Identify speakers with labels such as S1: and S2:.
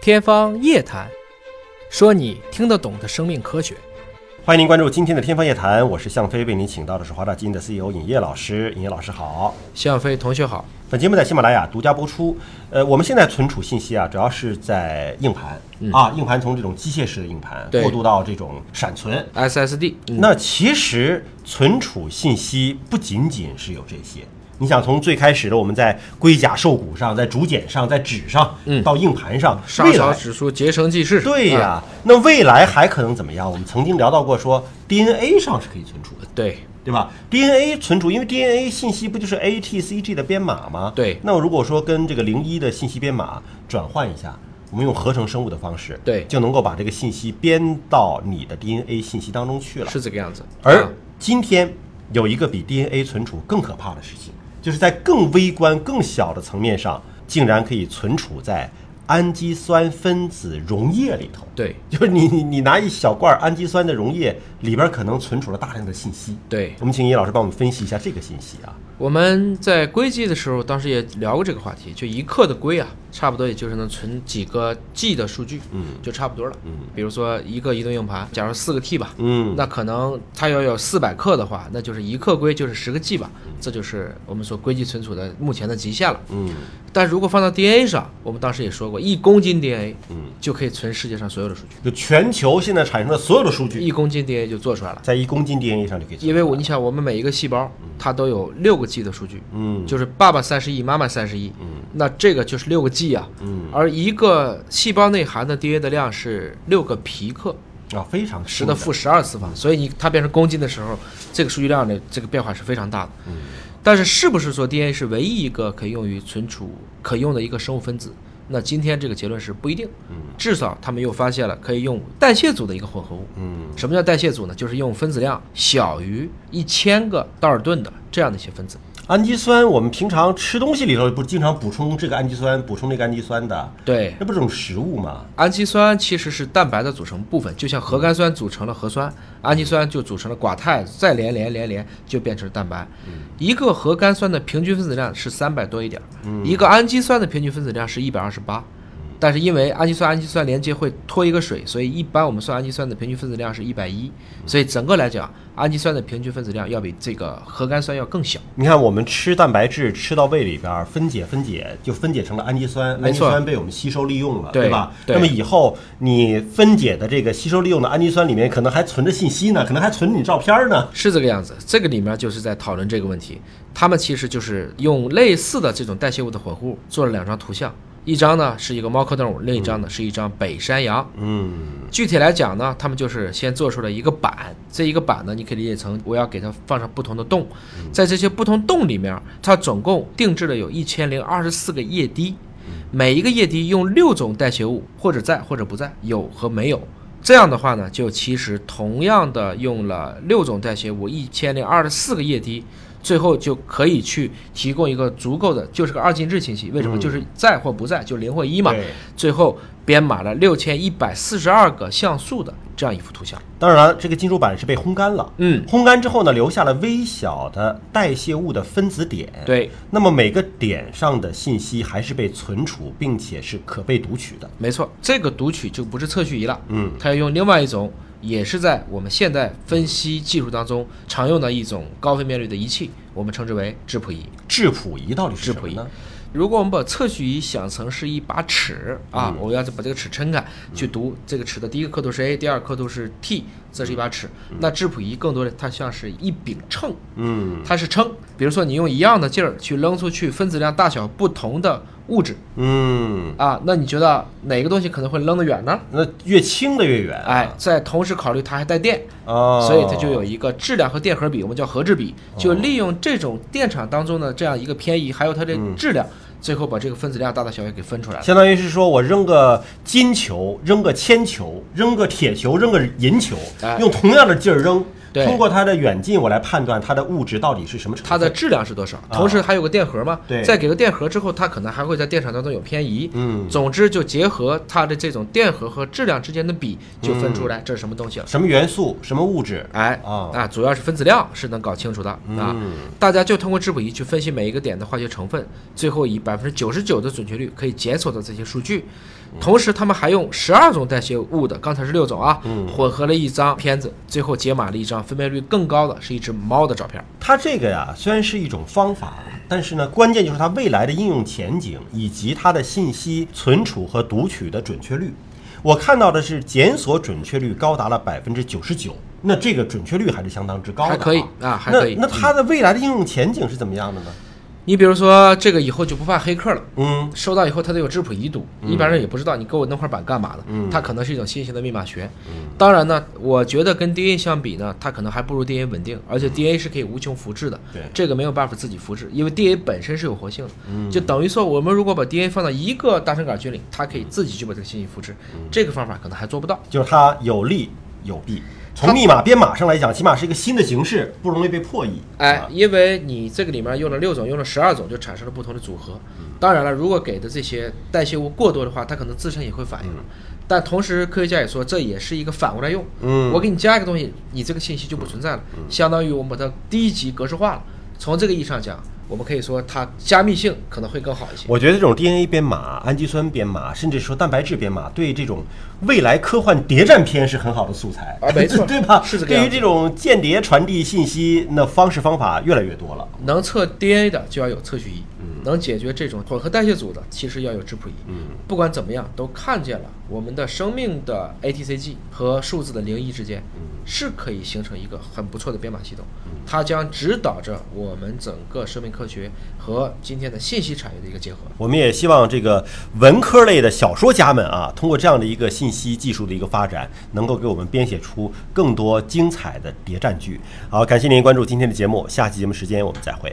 S1: 天方夜谭，说你听得懂的生命科学。
S2: 欢迎您关注今天的《天方夜谭》，我是向飞，为您请到的是华大基因的 CEO 尹烨老师。尹烨老师好，
S1: 向飞同学好。
S2: 本节目在喜马拉雅独家播出。呃，我们现在存储信息啊，主要是在硬盘、啊，硬盘从这种机械式的硬盘
S1: 对
S2: 过渡到这种闪存。
S1: SSD，、
S2: 那其实存储信息不仅仅是有这些。你想从最开始的我们在龟甲兽骨上，在竹简上，在纸上，到硬盘上，
S1: 沙
S2: 未
S1: 勺
S2: 来
S1: 指数结成记事。
S2: 对呀、
S1: 啊
S2: 那未来还可能怎么样？我们曾经聊到过说 DNA 上是可以存储的，
S1: 对，
S2: 对吧？DNA 存储，因为 DNA 信息不就是 ATCG 的编码吗？
S1: 对
S2: 那如果说跟这个零一的信息编码转换一下，我们用合成生物的方式，
S1: 对
S2: 就能够把这个信息编到你的 DNA 信息当中去了。
S1: 是这个样子。
S2: 而
S1: 啊
S2: 今天有一个比 DNA 存储更可怕的事情，就是在更微观、更小的层面上，竟然可以存储在氨基酸分子溶液里头。
S1: 对
S2: 就是你你你拿一小罐氨基酸的溶液，里边可能存储了大量的信息。
S1: 对，
S2: 我们请尹老师帮我们分析一下这个信息啊。
S1: 我们在硅基的时候，当时也聊过这个话题，就一克的硅啊，差不多也就是能存几个 G 的数据，
S2: 嗯
S1: 就差不多了。
S2: 嗯，
S1: 比如说一个移动硬盘，假如四个 T 吧，
S2: 嗯，
S1: 那可能它要有四百克的话，那就是一克硅就是十个 G 吧，这就是我们所硅基存储的目前的极限了。
S2: 嗯
S1: 但如果放到 DNA 上，我们当时也说过，一公斤 DNA
S2: 嗯，
S1: 就可以存世界上所有的数据，
S2: 就全球现在产生的所有的数据，
S1: 一公斤 DNA 就做出来了。
S2: 在一公斤 DNA 上就可以存储。
S1: 因为我你想，我们每一个细胞它都有六个 G 的数据，
S2: 嗯
S1: 就是爸爸三十亿，妈妈三十亿，
S2: 嗯
S1: 那这个就是六个 G 啊。
S2: 嗯
S1: 而一个细胞内含的 DNA 的量是六个皮克，
S2: 啊，非常
S1: 十的负十二次方，所以你它变成公斤的时候，这个数据量的这个变化是非常大的。
S2: 嗯
S1: 但是是不是说 DNA 是唯一一个可以用于存储可用的一个生物分子？那今天这个结论是不一定。
S2: 嗯
S1: 至少他们又发现了可以用代谢组的一个混合物。
S2: 嗯
S1: 什么叫代谢组呢？就是用分子量小于一千个道尔顿的这样的一些分子。
S2: 氨基酸，我们平常吃东西里头不经常补充这个氨基酸，补充那个氨基酸的，
S1: 对，
S2: 那不是种食物吗？
S1: 氨基酸其实是蛋白的组成部分，就像核苷酸组成了核酸，氨基酸就组成了寡肽，再连连连连就变成了蛋白。一个核苷酸的平均分子量是三百多一点儿，一个氨基酸的平均分子量是一百二十八。但是因为氨基酸氨基酸连接会脱一个水，所以一般我们算氨基酸的平均分子量是一百一，所以整个来讲，氨基酸的平均分子量要比这个核苷酸要更小。
S2: 你看，我们吃蛋白质吃到胃里边儿分解分解，就分解成了氨基酸，
S1: 没
S2: 氨基
S1: 错
S2: 酸被我们吸收利用了，
S1: 对
S2: 吧？
S1: 对
S2: 那么以后你分解的这个吸收利用的氨基酸里面，可能还存着信息呢，可能还存着你照片儿呢。
S1: 是这个样子。这个里面就是在讨论这个问题。他们其实就是用类似的这种代谢物的混合物做了两张图像，一张呢是一个猫科动物，另一张呢是一张北山羊。
S2: 嗯
S1: 具体来讲呢，他们就是先做出了一个板，这一个板呢，你可以理解成我要给它放上不同的洞，在这些不同洞里面，它总共定制了有一千零二十四个液滴，每一个液滴用六种代谢物，或者在或者不在，有和没有。这样的话呢，就其实同样的用了六种代谢物，一千零二十四个液滴，最后就可以去提供一个足够的，就是个二进制信息。为什么？就是在或不在，就零或一嘛。
S2: 对
S1: 最后编码了六千一百四十二个像素的这样一幅图像。
S2: 当然了，这个金属板是被烘干了，
S1: 嗯，
S2: 烘干之后呢，留下了微小的代谢物的分子点。
S1: 对，
S2: 那么每个点上的信息还是被存储，并且是可被读取的。
S1: 没错，这个读取就不是测序仪了，
S2: 嗯，
S1: 它要用另外一种，也是在我们现代分析技术当中常用的一种高分辨率的仪器，我们称之为质谱仪。
S2: 质谱仪到底是
S1: 质
S2: 什
S1: 谱
S2: 么
S1: 仪
S2: 呢？
S1: 如果我们把测序仪想成是一把尺啊，我要把这个尺撑开，去读这个尺的第一个刻度是 a，第二个刻度是 t，这是一把尺。那质谱仪更多的它像是一柄秤，
S2: 嗯
S1: 它是称。比如说你用一样的劲儿去扔出去分子量大小不同的物质
S2: 嗯，
S1: 啊，那你觉得哪个东西可能会扔得远呢？
S2: 那越轻的越远。
S1: 哎，在同时考虑它还带电，
S2: 哦，
S1: 所以它就有一个质量和电荷比，我们叫核质比，就利用这种电场当中的这样一个偏移，还有它的质
S2: 嗯
S1: 量，最后把这个分子量大大小小给分出来了。
S2: 相当于是说我扔个金球，扔个铅球，扔个铁球，扔个银球
S1: 哎，
S2: 用同样的劲儿扔，
S1: 对
S2: 通过它的远近，我来判断它的物质到底是什么成分。
S1: 它的质量是多少，同时还有个电荷嘛，
S2: 啊对
S1: 再给个电荷之后，它可能还会在电场当中有偏移，
S2: 嗯
S1: 总之就结合它的这种电荷和质量之间的比，就分出
S2: 嗯
S1: 来这是什么东西了。
S2: 什么元素、什么物质，
S1: 哎
S2: 啊
S1: 啊，主要是分子量是能搞清楚的啊
S2: 嗯。
S1: 大家就通过质谱仪去分析每一个点的化学成分，最后以百分之九十九的准确率可以检索到这些数据。
S2: 嗯
S1: 同时，他们还用十二种代谢物的，刚才是六种啊，
S2: 嗯
S1: 混合了一张片子，最后解码了一张分辨率更高的是一只猫的照片。
S2: 它这个呀，虽然是一种方法，但是呢，关键就是它未来的应用前景以及它的信息存储和读取的准确率。我看到的是检索准确率高达了百分之九十九，那这个准确率还是相当之高的、啊，
S1: 还可以啊还可以
S2: 那那它的未来的应用前景是怎么样的呢？
S1: 你比如说，这个以后就不怕黑客了。
S2: 嗯，
S1: 收到以后，他得有质谱遗读，一般人也不知道你给我弄块板干嘛的。
S2: 嗯
S1: 它可能是一种新型的密码学。当然呢，我觉得跟 DNA 相比呢，它可能还不如 DNA 稳定，而且 DNA 是可以无穷复制的。
S2: 嗯对
S1: 这个没有办法自己复制，因为 DNA 本身是有活性
S2: 嗯
S1: 的。就等于说，我们如果把 DNA 放到一个大肠杆菌里，它可以自己去把这个信息复制。
S2: 嗯
S1: 这个方法可能还做不到。
S2: 就是它有利有弊。从
S1: 它
S2: 密码编码上来讲，起码是一个新的形式，不容易被破译。
S1: 哎
S2: 啊，
S1: 因为你这个里面用了六种，用了十二种，就产生了不同的组合。
S2: 嗯
S1: 当然了，如果给的这些代谢物过多的话，它可能自身也会反应了。但同时，科学家也说，这也是一个反过来用。
S2: 嗯
S1: 我给你加一个东西，你这个信息就不存在了，相当于我们把它低级格式化了。从这个意义上讲，我们可以说它加密性可能会更好一些。
S2: 我觉得这种 DNA 编码、氨基酸编码，甚至说蛋白质编码，对这种未来科幻谍战片是很好的素材
S1: 啊没错
S2: 对吧？
S1: 是这个
S2: 对
S1: 样
S2: 于
S1: 子
S2: 这种间谍传递信息，那方式方法越来越多了。
S1: 能测 DNA 的就要有测序仪，能解决这种混合代谢组的，其实要有质谱仪。不管怎么样，都看见了我们的生命的 ATCG 和数字的零一之间是可以形成一个很不错的编码系统，它将指导着我们整个生命科学和今天的信息产业的一个结合。
S2: 我们也希望这个文科类的小说家们啊，通过这样的一个信息技术的一个发展，能够给我们编写出更多精彩的谍战剧。好，感谢您关注今天的节目，下期节目时间我们再会。